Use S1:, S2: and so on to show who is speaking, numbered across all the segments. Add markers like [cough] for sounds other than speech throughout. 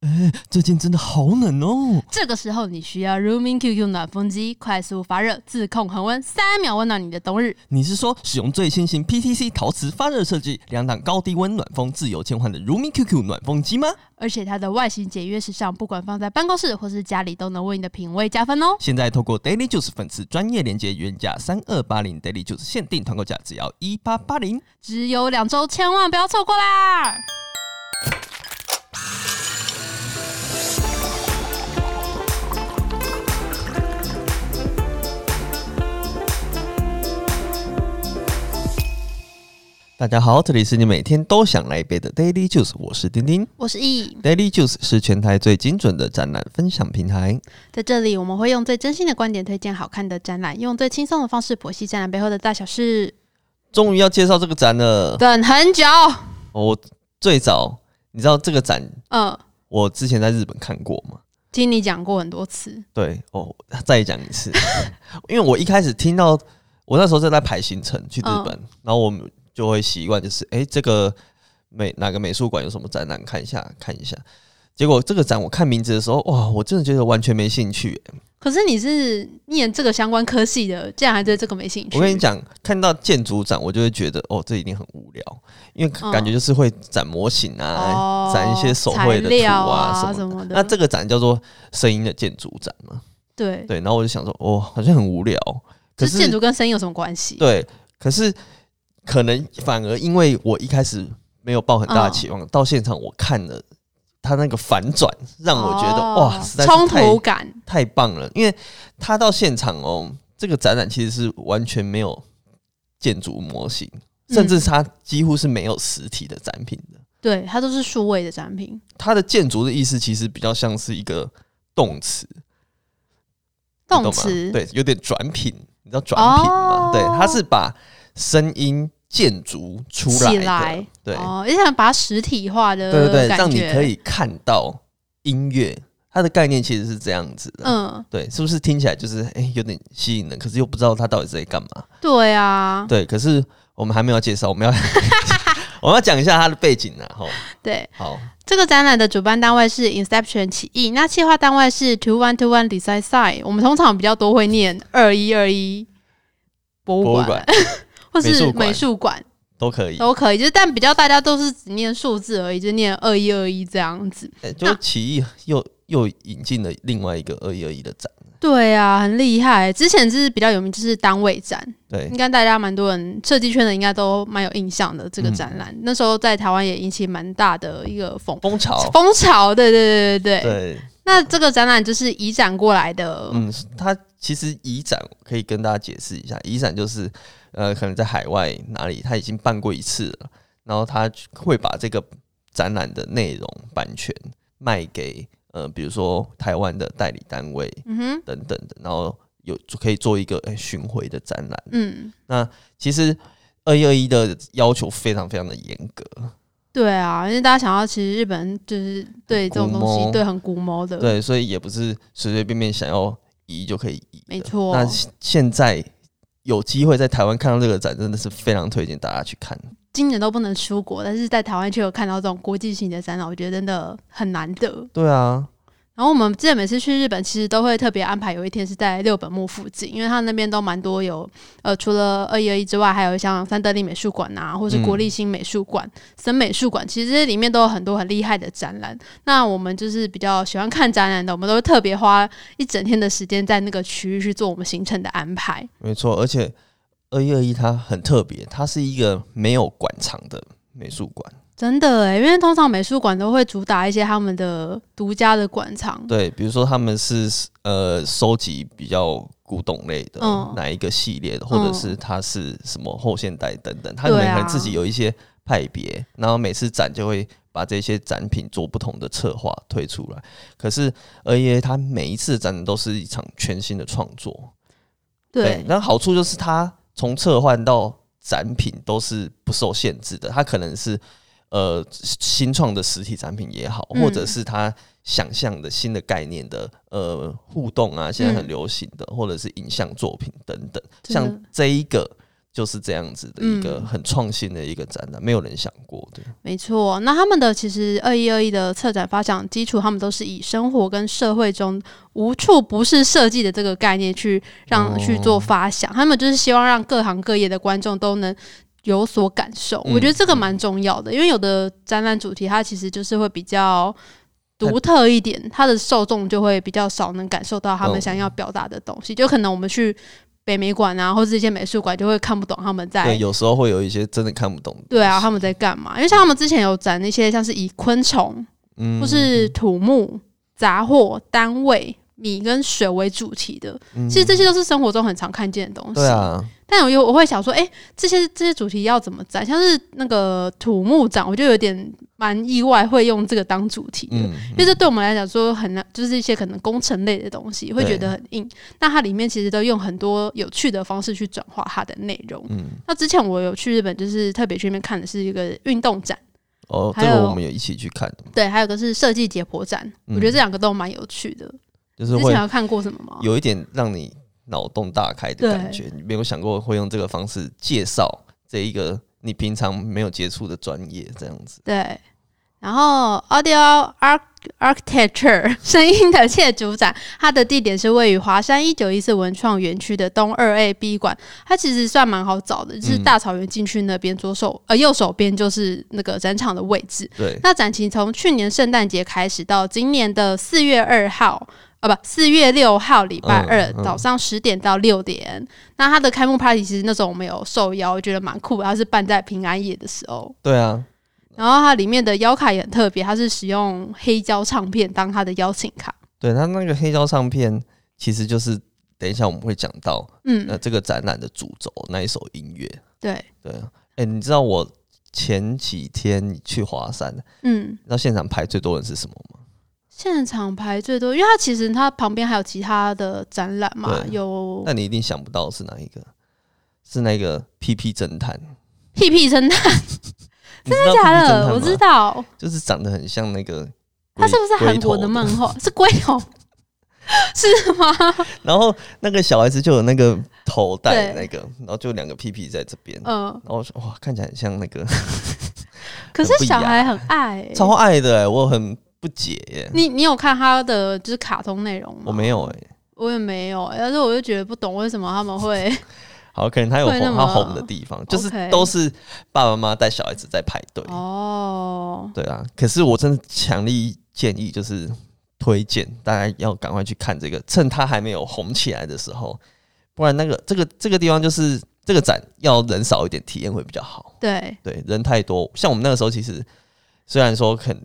S1: 哎，最近真的好冷哦！
S2: 这个时候你需要 Rooming QQ 暖风机，快速发热，自控恒温，三秒温暖你的冬日。
S1: 你是说使用最新型 PTC 陶瓷发热设计，两档高低温暖风自由切换的如明 QQ 暖风机吗？
S2: 而且它的外形简约时尚，不管放在办公室或是家里，都能为你的品味加分哦。
S1: 现在透过 Daily Juice 粉丝专业链接，原价三二八零，Daily Juice 限定团购价只要一八八零。
S2: 只有两周，千万不要错过啦！
S1: 大家好，这里是你每天都想来一杯的 Daily Juice，我是丁丁。
S2: 我是 E 易，
S1: Daily Juice 是全台最精准的展览分享平台。
S2: 在这里我们会用最真心的观点推荐好看的展览，用最轻松的方式剖析展览背后的大小事。
S1: 终于要介绍这个展了。
S2: 等很久，
S1: 我最早，你知道这个展，
S2: 嗯，
S1: 我之前在日本看过吗？
S2: 听你讲过很多次，
S1: 对哦，再讲一次， [laughs] 因为我一开始听到，我那时候正在排行程去日本，
S2: 嗯
S1: 然后我们就会习惯就是，哎、这个美哪个美术馆有什么展览，看一下看一下。结果这个展我看名字的时候，哇，我真的觉得完全没兴趣。
S2: 可是你是念这个相关科系的，竟然还对这个没兴趣？
S1: 我跟你，讲，看到建筑展，我就会觉得，哦，这一定很无聊，因为
S2: 嗯
S1: 感觉就是会展模型啊，
S2: 哦
S1: 展一些手绘的
S2: 材
S1: 图
S2: 料
S1: 啊
S2: 啊
S1: 什
S2: 么的。
S1: 那这个展叫做声音的建筑展嘛，
S2: 对，
S1: 对。然后我就想说，哦，好像很无聊。可
S2: 就是是建筑跟声音有什么关系？
S1: 对，可是可能反而因为我一开始没有抱很
S2: 嗯
S1: 大的期望，到现场我看了他那个反转，让我觉得、
S2: 哦
S1: 哇，实在
S2: 冲
S1: 是太
S2: 突感，
S1: 太棒了。因为他到现场哦，这个展览其实是完全没有建筑模型，甚
S2: 嗯
S1: 至它几乎是没有实体的展品的。
S2: 对，它都是数位的展品。
S1: 它的建筑的意思其实比较像是一个动词，你懂
S2: 动
S1: 吗
S2: 词，
S1: 对，有点转品，你知道转品吗？
S2: 哦
S1: 对，它是把声音建筑出来
S2: 起
S1: 的，
S2: 来
S1: 对、
S2: 哦，也想把它实体化的
S1: 对对对，
S2: 感
S1: 让你
S2: 觉
S1: 可以看到音乐，它的概念其实是这样子的。
S2: 嗯，
S1: 对，是不是听起来就是哎、有点吸引人，可是又不知道它到底是在干嘛？
S2: 对啊，
S1: 对，可是我们还没有介绍，我们要 [laughs] 我们要讲一下它的背景呢、啊。吼，
S2: 对。
S1: 好，
S2: 这个展览的主办单位是 Inception 起义，那企划单位是 Two One Two One Design Side。我们通常比较多会念二一二一博物
S1: 博物
S2: 馆，
S1: 馆
S2: 或
S1: 美
S2: 是
S1: 术馆
S2: 美术馆
S1: 都可以，
S2: 都可以，就是但比较大家都是只念数字而已，就念二一二一这样子。
S1: 哎就起义又又引进了另外一个二一二一的展，
S2: 对啊，很厉害。之前就是比较有名，就是单位展，
S1: 对
S2: 应，该大家蛮多人设计圈的应该都蛮有印象的这个展
S1: 嗯
S2: 览。那时候在台湾也引起蛮大的一个风
S1: 蜂巢，
S2: 风潮，对对对对对。
S1: 对。
S2: 那这个展览就是移展过来的，
S1: 嗯，它其实遗展可以跟大家解释一下，遗展就是呃，可能在海外哪里他已经办过一次了，然后他会把这个展览的内容版权卖给呃，比如说台湾的代理单位
S2: 嗯哼，
S1: 等等的，然后有可以做一个、呃巡回的展览。
S2: 嗯，
S1: 其实二一二一的要求非常非常的严格，
S2: 对啊，因为大家想要，其实日本人就是对这种
S1: 很
S2: 东
S1: 古
S2: 西
S1: 摸
S2: 对很古猫的，
S1: 对，所以也不是随随便便想要移就可以移的。
S2: 没错
S1: 那现现在有机会在台湾看到这个展，真的是非常推荐大家去看。
S2: 今年都不能出国，但是在台湾却有看到这种国际型的展览，我觉得真的很难得。
S1: 对啊，
S2: 然后我们之前每次去日本，其实都会特别安排有一天是在六本木附近，因为它那边都蛮多有呃，除了二一二一之外，还有像三得利美术馆啊，或是国立新美术馆、森美术馆，其实这些里面都有很多很厉害的展览。那我们就是比较喜欢看展览的，我们都会特别花一整天的时间在那个区域去做我们行程的安排。
S1: 没错，而且二一二一它很特别，它是一个没有馆藏的美术馆。
S2: 真的欸诶，因为通常美术馆都会主打一些他们的独家的馆藏，
S1: 对，比如说他们是呃收集比较古董类的、
S2: 嗯
S1: 哪一个系列的，或者
S2: 嗯
S1: 是它是什么后现代等等，它
S2: 对
S1: 可能可
S2: 啊
S1: 能自己有一些派别，然后每次展就会把这些展品做不同的策划推出来。可是 A A 它每一次展都是一场全新的创作，
S2: 对，
S1: 那好处就是它从策换到展品都是不受限制的，它可能是呃新创的实体展品也好，
S2: 嗯
S1: 或者是它想象的新的概念的呃互动啊，现在很流行的，或者是影像作品等等，
S2: 嗯真的
S1: 像这一个就是这样子的一个
S2: 嗯
S1: 很创新的一个展览，没有人想过的。
S2: 没错，那他们的其实二一二一的策展发想基础，他们都是以生活跟社会中无处不是设计的这个概念去让、
S1: 哦
S2: 去做发想，他们就是希望让各行各业的观众都能。有所感受，
S1: 嗯
S2: 我觉得这个蛮重要的，因为有的展览主题它其实就是会比较独特一点，它的受众就会比较少能感受到他们
S1: 嗯
S2: 想要表达的东西，就可能我们去北美馆啊，或者一些美术馆就会看不懂他们在
S1: 对，有时候会有一些真的看不懂的。
S2: 对啊，他们在干嘛？因为像他们之前有展那些像是以昆虫
S1: 嗯
S2: 或是土木、杂货、单位、米跟水为主题的，其实这些都是生活中很常看见的东西。
S1: 嗯对啊，
S2: 但我又我会想说，哎、这些这些主题要怎么展？像是那个土木展，我就有点蛮意外会用这个当主题的。
S1: 嗯，
S2: 因为这对我们来讲说很难，就是一些可能工程类的东西，会觉得很硬。那它里面其实都用很多有趣的方式去转化它的内容。
S1: 嗯
S2: 那之前我有去日本，就是特别去那边看的是一个运动展，
S1: 哦，这
S2: 还有
S1: 个我们也一起去看，
S2: 对，还有个是设计解剖展，
S1: 嗯
S2: 我觉得这两个都蛮有趣的。
S1: 就是
S2: 之
S1: 会
S2: 前有看过什么吗？
S1: 有一点让你脑洞大开的感觉。你没有想过会用这个方式介绍这一个你平常没有接触的专业，这样 [laughs] 子。
S2: 对，然后 Audio Arch Architecture [laughs] 声音的窃主展，它的地点是位于华山一九一四文创园区的东二 A B 馆，它其实算蛮好找的，就是
S1: 嗯
S2: 大草原进去那边左手呃右手边就是那个展场的位置，
S1: 对，
S2: 那展期从去年圣诞节开始到今年的四月二号，啊不，四月六号礼拜二、
S1: 嗯嗯
S2: 早上十点到六点。那它的开幕 party 其实那时候我们有受邀，我觉得蛮酷的，它是办在平安夜的时候。
S1: 对啊，
S2: 然后它里面的邀卡也很特别，它是使用黑胶唱片当它的邀请卡。
S1: 对，它那个黑胶唱片其实就是等一下我们会讲到，呃，
S2: 嗯，
S1: 这个展览的主轴那一首音乐。
S2: 对，
S1: 对啊，哎、你知道我前几天去华山，
S2: 嗯，
S1: 那现场排最多人是什么吗？
S2: 现场排最多，因为它其实它旁边还有其他的展览嘛，
S1: 对
S2: 有
S1: 那你一定想不到是哪一个，是那个《屁屁侦探》。
S2: 屁屁侦探，
S1: 真的
S2: 假的，我知
S1: 道
S2: 道，
S1: 屁屁侦探吗，就是长得很像那个龟。
S2: 它是不是韩国
S1: 龟
S2: 的
S1: 头
S2: 漫画？是龟
S1: [laughs]
S2: 头是吗？
S1: 然后那个小孩子就有那个头戴
S2: 对
S1: 那个，然后就两个屁屁在这边，然
S2: 嗯，
S1: 后我说哇，看起来很像那个，
S2: 可是
S1: 很不一
S2: 小
S1: 样
S2: 孩很爱欸、
S1: 超爱的、欸，我很不解耶、
S2: 你你有看他的就是卡通内容吗？
S1: 我没有哎、
S2: 我也没有欸、但是我就觉得不懂为什么他们
S1: [laughs]
S2: 会
S1: 好，可能他有
S2: 会
S1: 红
S2: 那么哦
S1: 他红的地方，就是
S2: OK
S1: 都是爸爸妈妈带小孩子在排队，
S2: 哦，
S1: 对啊。可是我真的强力建议，就是推荐大家要赶快去看这个，趁它还没有红起来的时候，不然那个这个这个地方就是这个展要人少一点，体验会比较好。
S2: 对，
S1: 对，人太多。像我们那个时候，其实虽然说很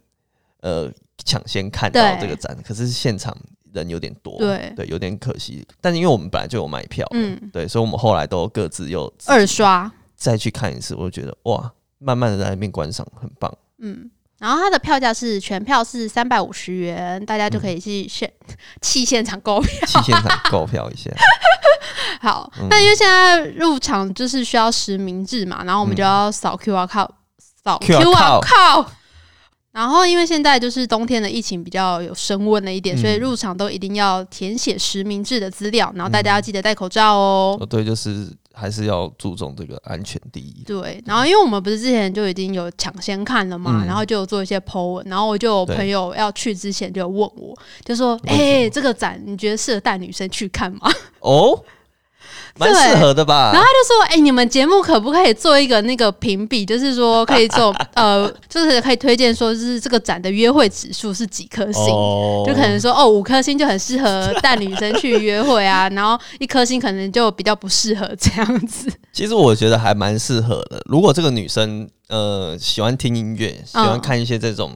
S1: 呃抢先看到
S2: 对
S1: 这个展，可是现场人有点多，
S2: 对
S1: 有点可惜。但是因为我们本来就有买票，嗯，
S2: 嗯，
S1: 对，所以我们后来都各自又自己
S2: 二刷，
S1: 再去看一次，我就觉得哇，慢慢的在那边观赏，很
S2: [laughs]
S1: 棒。
S2: 嗯。然后它的票价是全票是三百五十元，大家就
S1: 嗯
S2: 可以去现 [laughs] 去现场购票。 [laughs]
S1: 去现场购票一下，
S2: 好，
S1: 嗯
S2: 那因为现在入场就是需要实名制嘛，然后我们就要扫 QR code，扫
S1: QR
S2: QR
S1: 嗯 code
S2: code。然后因为现在就是冬天的疫情比较有升温了一点，
S1: 嗯
S2: 所以入场都一定要填写实名制的资料，然后大
S1: 嗯
S2: 家要记得戴口罩哦。
S1: 哦，对，就是还是要注重这个安全第一。
S2: 对，然后因为我们不是之前就已经有抢先看了嘛，
S1: 嗯
S2: 然后就有做一些 po 文，然后我就有
S1: 对
S2: 朋友要去之前就有问我，就说：“
S1: 为
S2: 哎、
S1: 什么
S2: 这个展你觉得适合带女生去看吗？” [laughs]
S1: 哦，蛮
S2: 对
S1: 适合的吧？
S2: 然后他就说：“哎、你们节目可不可以做一个那个评比，就是说可以
S1: [laughs]
S2: 做呃，就是可以推荐说，就是这个展的约会指数是几颗星？
S1: 哦
S2: 就可能说哦，五颗星就很适合带女生去约会啊， [laughs] 然后一颗星可能就比较不适合这样子。
S1: 其实我觉得还蛮适合的。如果这个女生呃喜欢听音乐，
S2: 嗯
S1: 喜欢看一些这种、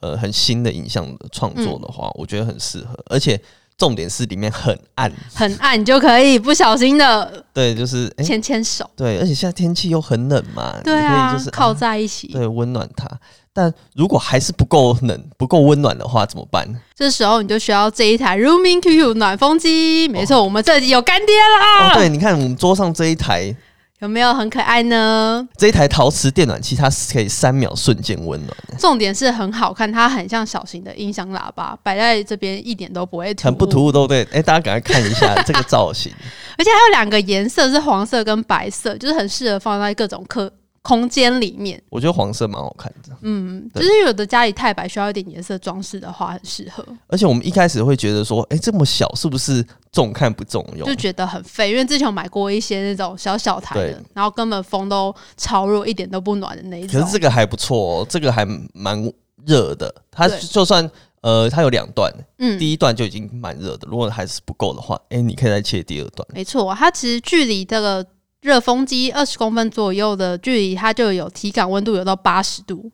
S1: 呃很新的影像的创作的
S2: 嗯
S1: 话，我觉得很适合。而且重点是里面很暗，
S2: 很暗你就可以不小心的
S1: 对，就是哎、
S2: 牵牵手，
S1: 对，而且现在天气又很冷嘛，
S2: 对
S1: 你可
S2: 啊，
S1: 以就是
S2: 靠
S1: 啊
S2: 在一起。
S1: 对温暖它。但如果还是不够冷、不够温暖的话，怎么办？哦
S2: 这时候你就需要这一台 Rooming QQ 暖风机。没错，我们这里有干爹啦。
S1: 哦，对，你看我们桌上这一台
S2: 有没有很可爱呢？
S1: 这一台陶瓷电暖器，它是可以三秒瞬间温暖的，
S2: 重点是很好看，它很像小型的音响喇叭，摆在这边一点都不会突兀
S1: 很不突兀，对不对？哎、大家赶快看一下这个造型，
S2: 而且还有两个颜色是黄色跟白色，就是很适合放在各种客空间里面。
S1: 我觉得黄色蛮好看的。
S2: 嗯，就
S1: 对
S2: 是有的家里太白需要一点颜色装饰的话，很适合，
S1: 而且我们一开始会觉得说，哎、这么小是不是重看不重用
S2: 就？觉得很废。因为之前我买过一些那种小小台的
S1: 对，
S2: 然后根本风都超弱，一点都不暖的那一
S1: 可
S2: 种
S1: 是。这个还不错哦，这个还蛮热的。它
S2: 对
S1: 就算呃，它有两段，
S2: 嗯，
S1: 第一段就已经蛮热的。如果还是不够的话，哎、你可以再切第二段。
S2: 没错，它其实距离这个热风机二十公分左右的距离，它就有体感温度有到八十度，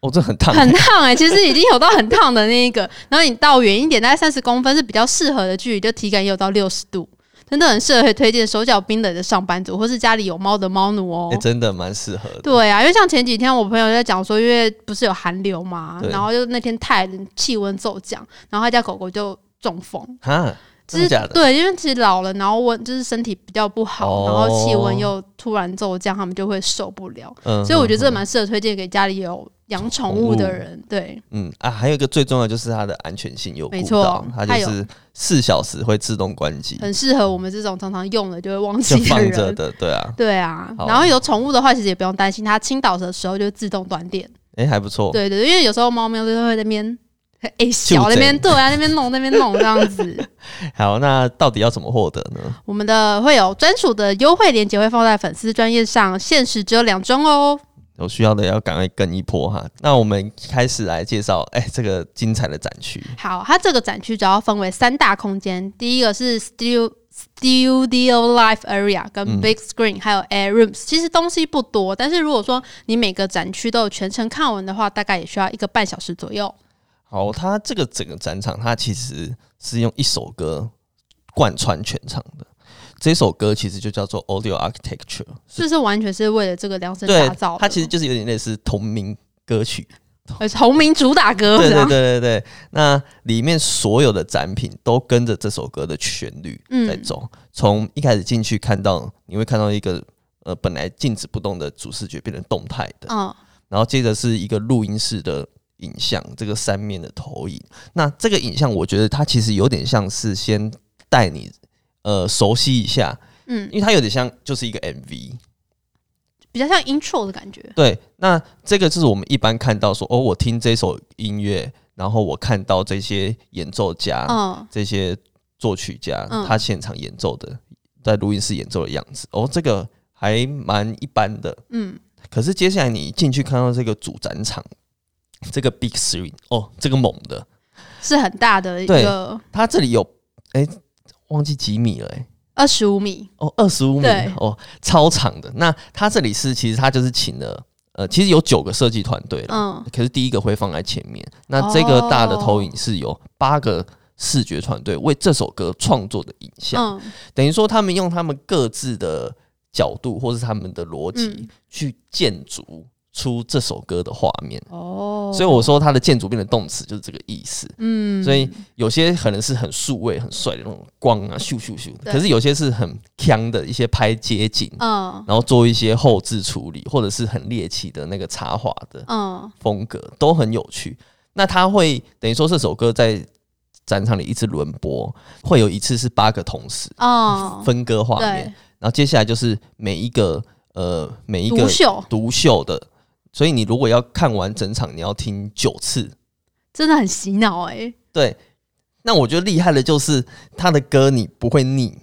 S1: 哦，这 [laughs] 很烫、
S2: 很烫哎、其实已经有到很烫的那一个。然后你到远一点，大概三十公分是比较适合的距离，就体感也有到六十度，真的很适合推荐手脚冰冷的上班族，或是家里有猫的猫奴哦、
S1: 哎、真的蛮适合的。
S2: 对啊，因为像前几天我朋友在讲说，因为不是有寒流嘛，
S1: 对
S2: 然后就那天太冷，气温骤降，然后他家狗狗就中风，
S1: 哈，
S2: 就
S1: 真的
S2: 是
S1: 假的？
S2: 对，因为其实老了，然后温就是身体比较不好，
S1: 哦
S2: 然后气温又突然骤降，他们就会受不了。
S1: 嗯
S2: 所以我觉得这
S1: 嗯
S2: 蛮适合推荐给家里有养宠物的人。对，
S1: 嗯啊，还有一个最重要就是它的安全性有
S2: 没
S1: 顾
S2: 错
S1: 到，它
S2: 它
S1: 就
S2: 有
S1: 是四小时会自动关机，
S2: 很适合我们这种常常用了就会忘
S1: 就
S2: 记的
S1: 放着
S2: 人。
S1: 的，对啊，
S2: [laughs] 对啊，
S1: 好
S2: 然后有宠物的话，其实也不用担心，它倾倒的时候就自动断电。
S1: 哎、还不错。
S2: 对对对，因为有时候猫喵就会在那边，哎、小
S1: 就
S2: 那边
S1: 贼
S2: 对啊，那边弄那边弄这样子。
S1: 好，那到底要怎么获得呢？
S2: 我们的会有专属的优惠链接会放在粉丝专业上，限时只有两张哦。
S1: 有需要的要赶快跟一波哈。那我们开始来介绍，哎、这个精彩的展区。
S2: 好，它这个展区主要分为三大空间，第一个是 Studio。Studio Life Area
S1: 嗯
S2: 跟 Big Screen、还有 Air Rooms，其实东西不多，但是如果说你每个展区都有全程看完的话，大概也需要一个半小时左右。
S1: 好，它这个整个展场，它其实是用一首歌贯穿全场的。这首歌其实就叫做 Audio Architecture，
S2: 这是完全是为了这个量身
S1: 对
S2: 打造的，，
S1: 它其实就是有点类似同名歌曲。
S2: 呃同名主打歌，
S1: 对
S2: 这
S1: 对
S2: 样
S1: 对对对，那里面所有的展品都跟着这首歌的旋律在
S2: 嗯，
S1: 走。从、一开始进去看到，你会看到一个呃本来静止不动的主视觉变成动态的，
S2: 嗯，
S1: 然后接着是一个录音室的影像，这个三面的投影。那这个影像，我觉得它其实有点像是先带你呃熟悉一下，
S2: 嗯，
S1: 因为它有点像就是一个 MV。
S2: 比较像 intro 的感觉，
S1: 对，那这个就是我们一般看到说哦，我听这首音乐，然后我看到这些演奏家、
S2: 嗯，
S1: 这些作曲家、
S2: 嗯
S1: 他现场演奏的，在录音室演奏的样子。哦，这个还蛮一般的。
S2: 嗯，
S1: 可是接下来你进去看到这个主展场，这个 Big Screen 哦，这个猛的，
S2: 是很大的一
S1: 对
S2: 个
S1: 它这里有哎、忘记几米了哎、
S2: 二十五米，
S1: 哦，二十五米
S2: 对
S1: 哦，超长的。那它这里是其实它就是请了呃，其实有九个设计团队了，
S2: 嗯，
S1: 可是第一个会放在前面。那这个大的
S2: 哦
S1: 投影是有八个视觉团队为这首歌创作的影像，
S2: 嗯，
S1: 等于说他们用他们各自的角度或是他们的逻辑
S2: 嗯
S1: 去建筑出这首歌的画面。
S2: 哦，
S1: 所以我说它的建筑变成动词就是这个意思。
S2: 嗯，
S1: 所以有些可能是很数位、很帅的那种光啊，咻咻咻；
S2: 对
S1: 可是有些是很强的一些拍街景，
S2: 嗯
S1: 然后做一些后置处理，或者是很猎奇的那个插画的
S2: 嗯
S1: 风格，都很有趣。那它会等于说这首歌在展场里一直轮播，会有一次是八个同时
S2: 嗯，
S1: 分割画面
S2: 对，，
S1: 然后接下来就是每一个呃每一
S2: 独
S1: 个
S2: 秀
S1: 独秀的。所以你如果要看完整场，你要听九次，
S2: 真的很洗脑哎，
S1: 对，那我觉得厉害的就是他的歌你不会腻，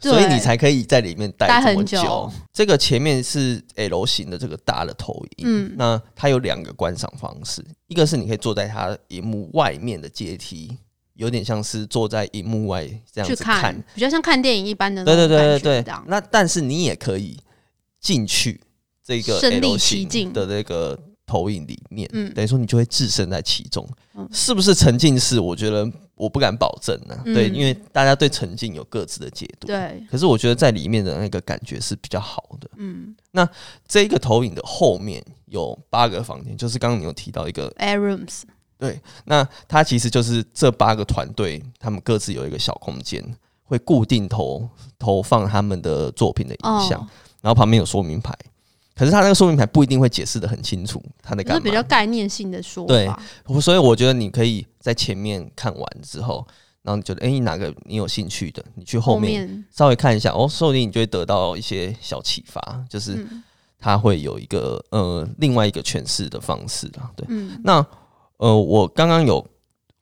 S2: 对
S1: 所以你才可以在里面待
S2: 待
S1: 这么
S2: 很久
S1: 这个前面是 L 型的这个大的投影，
S2: 嗯
S1: 那它有两个观赏方式，一个是你可以坐在它荧幕外面的阶梯，有点像是坐在荧幕外这样
S2: 去
S1: 子看，
S2: 看比较像看电影一般的那
S1: 对对
S2: 种
S1: 对
S2: 感觉
S1: 对
S2: 这
S1: 对
S2: 样。，
S1: 那但是你也可以进去这个
S2: 身
S1: L
S2: 临其
S1: 型
S2: 境
S1: 的这个投影里面，
S2: 嗯
S1: 等于说你就会置身在其中，
S2: 嗯
S1: 是不是沉浸式？我觉得我不敢保证呢、
S2: 嗯
S1: 对，因为大家对沉浸有各自的解读。，
S2: 对，
S1: 可是我觉得在里面的那个感觉是比较好的。
S2: 嗯
S1: 这个投影的后面有八个房间，就是刚刚你有提到一个，
S2: ，Air Rooms，
S1: 那它其实就是这八个团队他们各自有一个小空间，会固定投投放他们的作品的影像。
S2: 哦，
S1: 然后旁边有说明牌，可是他那个说明牌不一定会解释的很清楚，他在
S2: 就
S1: 干
S2: 是
S1: 嘛。
S2: 比较概念性的说
S1: 对
S2: 法。
S1: 我所以我觉得你可以在前面看完之后，然后你觉得，哎、你哪个你有兴趣的，你去后
S2: 后
S1: 面
S2: 面
S1: 稍微看一下，哦，说不定你就会得到一些小启发，就是
S2: 嗯
S1: 它会有一个呃另外一个诠释的方式啦。对，
S2: 嗯，
S1: 那呃，我刚刚有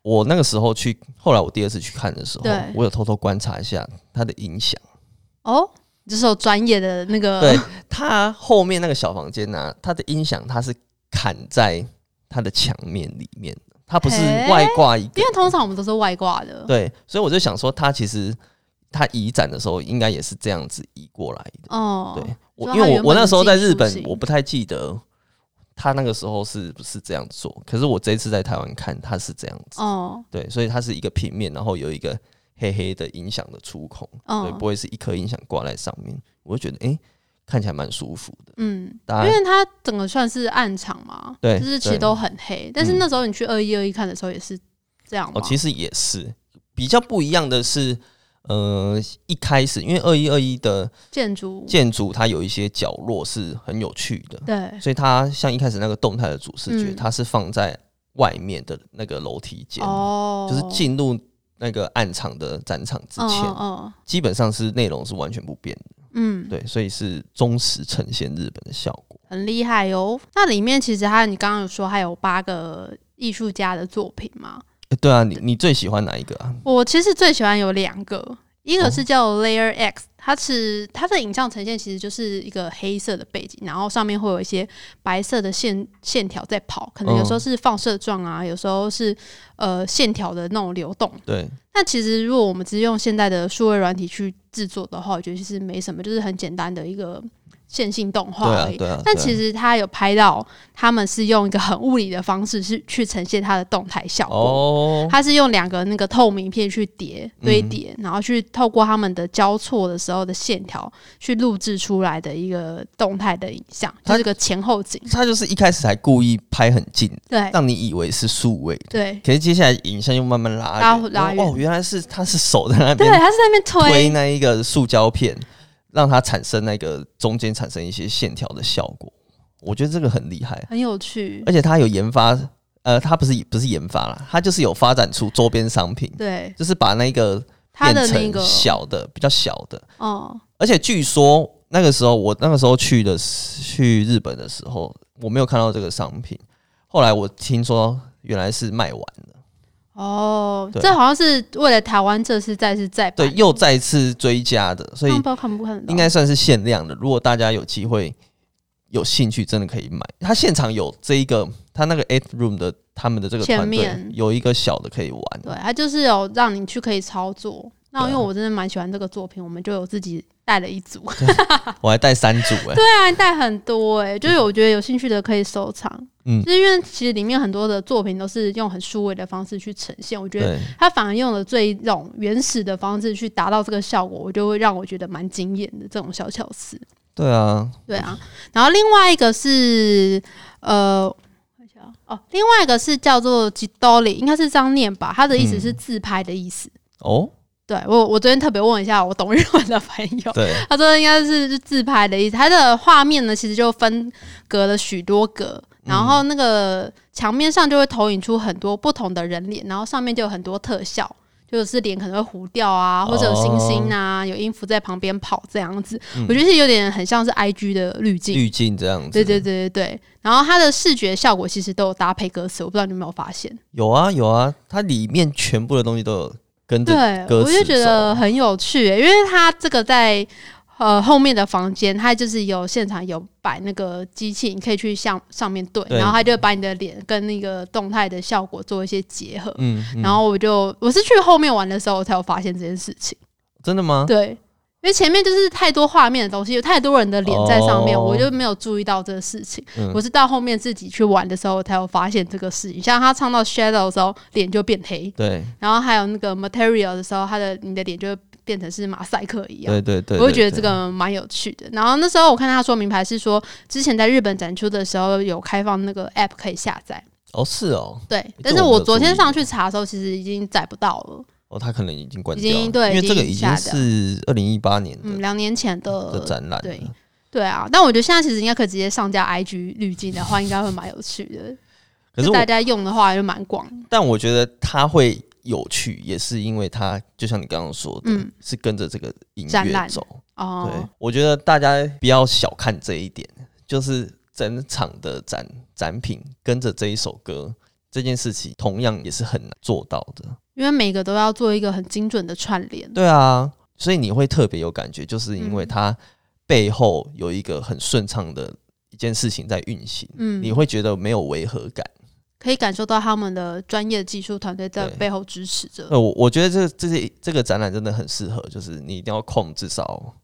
S1: 我那个时候去，后来我第二次去看的时候
S2: 对，
S1: 我有偷偷观察一下它的影响。
S2: 哦，这是有专业的那个
S1: 对，它后面那个小房间呢、啊它的音响它是砍在它的墙面里面的，它不是
S2: 嘿
S1: 外挂一个
S2: [laughs] 因为通常我们都是外挂的，
S1: 对，所以我就想说，他其实他移展的时候应该也是这样子移过来的。
S2: 哦，
S1: 对我，
S2: 所以
S1: 因
S2: 它
S1: 为
S2: 原
S1: 我我
S2: 本
S1: 那
S2: 的
S1: 时候在
S2: 技
S1: 日
S2: 术
S1: 本
S2: 性，
S1: 我不太记得他那个时候是不是这样做，可是我这一次在台湾看他是这样子。
S2: 哦，
S1: 对，所以它是一个平面，然后有一个黑黑的音响的出孔，对，
S2: 哦
S1: 不，会是一颗音响挂在上面。我就觉得，诶，看起来蛮舒服的。
S2: 嗯，
S1: 大
S2: 因
S1: 家
S2: 为它整个算是暗场嘛，
S1: 啊对
S2: 就是其实
S1: 对
S2: 都很黑。但是
S1: 嗯
S2: 那时候你去二一二一看的时候也是这样嘛，
S1: 哦，其实也是比较不一样的是，呃，一开始因为二一二一的
S2: 建筑
S1: 建筑它有一些角落是很有趣的，
S2: 对，
S1: 所以它像一开始那个动态的主视觉，
S2: 嗯
S1: 它是放在外面的那个楼梯间，
S2: 哦，
S1: 就是进入那个暗场的展场之前，
S2: 嗯嗯
S1: 基本上是内容是完全不变的，
S2: 嗯，嗯，
S1: 对，所以是忠实呈现日本的效果。
S2: 很厉害哦。那里面其实它，你刚刚有说还有八个艺术家的作品嘛？
S1: 诶对啊，你你最喜欢哪一个啊？
S2: 我其实最喜欢有两个，一个
S1: 哦
S2: 是叫 Layer X，、它是它的影像呈现其实就是一个黑色的背景，然后上面会有一些白色的线线条在跑，可能有时候
S1: 嗯
S2: 是放射状啊，有时候是呃线条的那种流动。
S1: 对，
S2: 那其实如果我们只是用现在的数位软体去制作的话，我觉得其实没什么，就是很简单的一个线性动
S1: 对
S2: 画
S1: 啊
S2: 而，已。
S1: 对啊。
S2: 但
S1: 对啊
S2: 其实他有拍到，他们是用一个很物理的方式是去呈现它的动态效果。
S1: 哦，
S2: 它是用两个那个透明片去叠
S1: 嗯
S2: 堆叠，然后去透过它们的交错的时候的线条去录制出来的一个动态的影像，
S1: 它
S2: 就是个前后景。
S1: 他就是一开始还故意拍很近，
S2: 对
S1: 让你以为是数位的，
S2: 对
S1: 可是接下来影像又慢慢拉
S2: 拉
S1: 远
S2: 拉
S1: 然后哦，
S2: 远
S1: 原来是他是手在那
S2: 对，
S1: 边
S2: 它是在那边推
S1: 推那一个塑胶片，让它产生那个中间产生一些线条的效果。我觉得这个很厉害，啊
S2: 很有趣
S1: 而。且它有研发，呃，它不是不是研发啦，它就是有发展出周边商品，
S2: 对
S1: 就是把那个
S2: 它
S1: 变
S2: 的那
S1: 成
S2: 个
S1: 小的、比较小的。
S2: 哦
S1: 而且据说那个时候我那个时候去的是去日本的时候，我没有看到这个商品，后来我听说原来是卖完了。
S2: 哦，
S1: 对
S2: 这好像是为了台湾这次再次再版
S1: 对，又再次追加的，所以
S2: 他们不知道看不看得到，
S1: 应该算是限量的。如果大家有机会有兴趣，真的可以买。他现场有这一个，他那个 Eight Room 的他们的这个
S2: 前
S1: 团队
S2: 面
S1: 有一个小的可以玩。
S2: 对，它就是有让你去可以操作。那
S1: 对啊
S2: 因为我真的蛮喜欢这个作品，我们就有自己带了一组。 [laughs]
S1: 我还带三组哎、
S2: 对啊，带很多哎、就是我觉得有兴趣的可以收藏。
S1: 嗯
S2: 就是因为其实里面很多的作品都是用很数位的方式去呈现，我觉得
S1: 对
S2: 它反而用了最一种原始的方式去达到这个效果，我就会让我觉得蛮惊艳的这种小巧思。
S1: 对啊，
S2: 对啊，然后另外一个是呃。我看一下啊哦，另外一个是叫做 g i d o l i 应该是这样念吧？它的意思
S1: 嗯
S2: 是自拍的意思。
S1: 哦，
S2: 对我，我昨天特别问一下我懂日文的朋 [laughs] 友，
S1: 对，
S2: 他说应该是自拍的意思。它的画面呢，其实就分隔了许多格，然后
S1: 嗯
S2: 那个墙面上就会投影出很多不同的人脸，然后上面就有很多特效。就是脸可能会糊掉啊，或者有星
S1: 哦
S2: 星啊，有音符在旁边跑这样子，我觉得是有点很像是 I G 的滤
S1: 嗯
S2: 镜，
S1: 滤镜这样子。
S2: 对对对对对。然后它的视觉效果其实都有搭配歌词，我不知道你有没有发现？
S1: 有啊有啊，它里面全部的东西都有跟着
S2: 对，
S1: 歌
S2: 我
S1: 词啊
S2: 就觉得很有趣、因为它这个在呃后面的房间，它就是有现场有摆那个机器，你可以去向上面对，
S1: 对
S2: 然后它就会把你的脸跟那个动态的效果做一些结合。
S1: 嗯，嗯
S2: 然后我就我是去后面玩的时候，我才有发现这件事情。
S1: 真的吗？
S2: 对，因为前面就是太多画面的东西，有太多人的脸在上面，
S1: 哦
S2: 我就没有注意到这个事情。
S1: 嗯
S2: 我是到后面自己去玩的时候，我才有发现这个事情。像他唱到 shadow 的时候，脸就变黑。
S1: 对
S2: 然后还有那个 material 的时候，它的你的脸就会变成是马赛克一样。
S1: 对对对，
S2: 我会
S1: 对
S2: 觉得这
S1: 对
S2: 个蛮有趣的。然后那时候我看他说明牌是说，之前在日本展出的时候有开放那个 app 可以下载，
S1: 哦是哦
S2: 对。
S1: 这
S2: 但是
S1: 我没
S2: 我
S1: 有
S2: 昨
S1: 注
S2: 天
S1: 意
S2: 上去查的时候，其实已经载不到了。
S1: 哦，它可能已经关
S2: 已
S1: 掉了，
S2: 经对
S1: 因为
S2: 已
S1: 这个
S2: 经
S1: 已
S2: 下
S1: 经
S2: 掉
S1: 是二零一八年
S2: 嗯，
S1: 的
S2: 两年前
S1: 的
S2: 的
S1: 展览了，
S2: 对对啊，但我觉得现在其实应该可以直接上架 IG 滤镜的话，应该会蛮有趣的。
S1: 可是
S2: 就
S1: 我
S2: 大家用的话就蛮广，
S1: 但我觉得它会有趣，也是因为它就像你刚刚说的，
S2: 嗯
S1: 是跟着这个音
S2: 展
S1: 乐
S2: 览
S1: 走。对
S2: 哦，，
S1: 我觉得大家不要小看这一点，就是整场的展展品跟着这一首歌这件事情，同样也是很难做到的。
S2: 因为每个都要做一个很精准的串联。
S1: 对啊，所以你会特别有感觉，就是因为
S2: 嗯
S1: 它背后有一个很顺畅的一件事情在运行，
S2: 嗯
S1: 你会觉得没有违和感。
S2: 可以感受到他们的专业技术团队在
S1: 对
S2: 背后支持着。
S1: 呃，我我觉得这这些这个展览真的很适合，就是你一定要空至少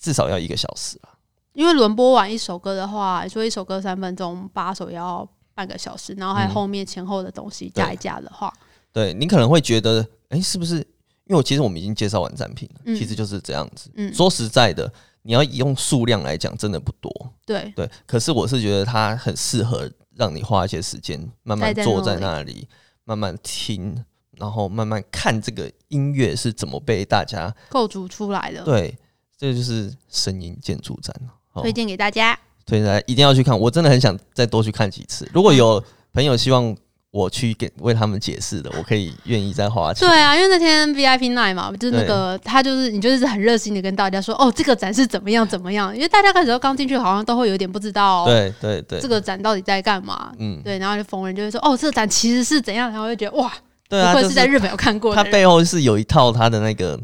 S1: 至少要一个小时啊。
S2: 因为轮播完一首歌的话，说一首歌三分钟，八首也要半个小时，然后还有
S1: 嗯
S2: 后面前后的东西加一加的话，
S1: 对你可能会觉得，哎、是不是？因为我其实我们已经介绍完展品了，
S2: 嗯
S1: 其实就是这样子。
S2: 嗯，
S1: 说实在的，你要用数量来讲，真的不多。
S2: 对，
S1: 对，可是我是觉得它很适合让你花一些时间，慢慢
S2: 待在
S1: 坐
S2: 那
S1: 在
S2: 里
S1: 那里，慢慢听，然后慢慢看这个音乐是怎么被大家
S2: 构筑出来的，
S1: 对，这就是声音建筑展。哦
S2: 推荐给大家。
S1: 推荐大家一定要去看，我真的很想再多去看几次。如果
S2: 嗯
S1: 有朋友希望我去给为他们解释的，我可以愿意再花钱
S2: 对。啊，因为那天 VIP night 嘛，就是那个他就是你就是很热心的跟大家说，哦，这个展是怎么样怎么样，因为大家开始都刚进去，好像都会有点不知道哦
S1: 对对对，
S2: 这个展到底在干嘛。
S1: 嗯，
S2: 对，然后就逢人就会说，哦，这个展其实是怎样，然后就觉得哇，
S1: 对啊，
S2: 不愧
S1: 就是
S2: 在日本有看过
S1: 它
S2: 的人，
S1: 背后是有一套它的那个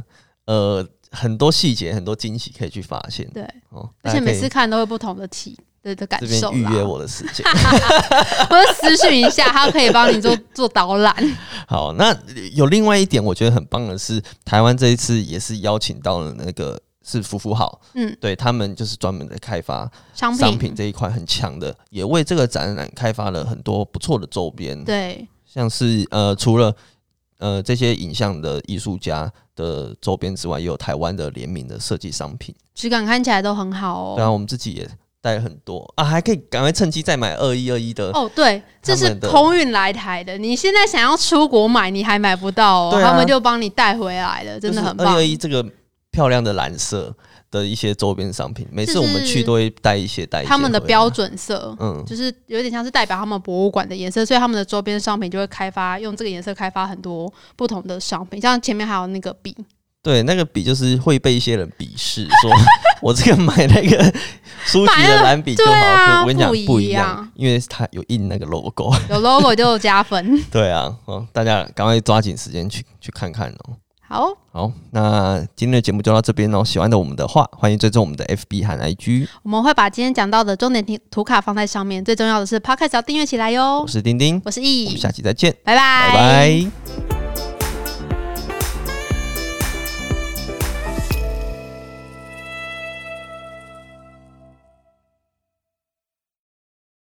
S1: 呃很多细节、很多惊喜可以去发现
S2: 对，
S1: 哦。
S2: 而且每次
S1: 大家
S2: 看都会不同的体的的感
S1: 可以这
S2: 受
S1: 边预
S2: 啦。
S1: 约我的时间。
S2: [laughs]
S1: [laughs]
S2: 我就私讯一下，他可以帮你做做导
S1: [laughs]
S2: 览。
S1: 好，那有另外一点我觉得很棒的是，台湾这一次也是邀请到了那个是福福好，
S2: 嗯，
S1: 对他们就是专门的开发
S2: 商品，
S1: 商品这一块很强的，也为这个展览开发了很多不错的周边，
S2: 对，
S1: 像是呃除了呃这些影像的艺术家的周边之外，也有台湾的联名的设计商品。
S2: 质感看起来都很好
S1: 对
S2: 哦。
S1: 啊，我们自己也带了很多啊，还可以赶快趁机再买二一二一的。
S2: 哦，对，这
S1: 他
S2: 是
S1: 们的
S2: 空运来台的。你现在想要出国买，你还买不到哦，
S1: 对啊
S2: 他们就帮你带回来了，真的很
S1: 二
S2: 棒
S1: 二。一这个漂亮的蓝色的一些周边商品，每次
S2: 就
S1: 我
S2: 是
S1: 们去都会带一些带一些
S2: 他们的
S1: 回来
S2: 标，准色，
S1: 嗯，
S2: 就是有点像是代表他们博物馆的颜色，所以他们的周边商品就会开发用这个颜色开发很多不同的商品，像前面还有那个笔，
S1: 对，那个笔就是会被一些人鄙视，
S2: [laughs]
S1: 说我这个买那个书籍
S2: 买
S1: 的
S2: 了
S1: 蓝笔就好，
S2: 对啊
S1: 可我跟你讲
S2: 不一
S1: 不一
S2: 样
S1: 样，因为它有印那个 logo。 [laughs]
S2: 有 logo 就有加分。 [laughs]
S1: 对啊，哦，大家赶快抓紧时间去去看看哦。
S2: 好，
S1: 好，那今天的节目就到这边哦。喜欢的我们的话，欢迎追踪我们的 FB 和 IG。
S2: 我们会把今天讲到的重点图图卡放在上面，最重要的是 Podcast 要订阅起来哟
S1: 我。是丁丁，
S2: 我是
S1: 我们
S2: 易，
S1: 下期再见，
S2: 拜拜
S1: 拜拜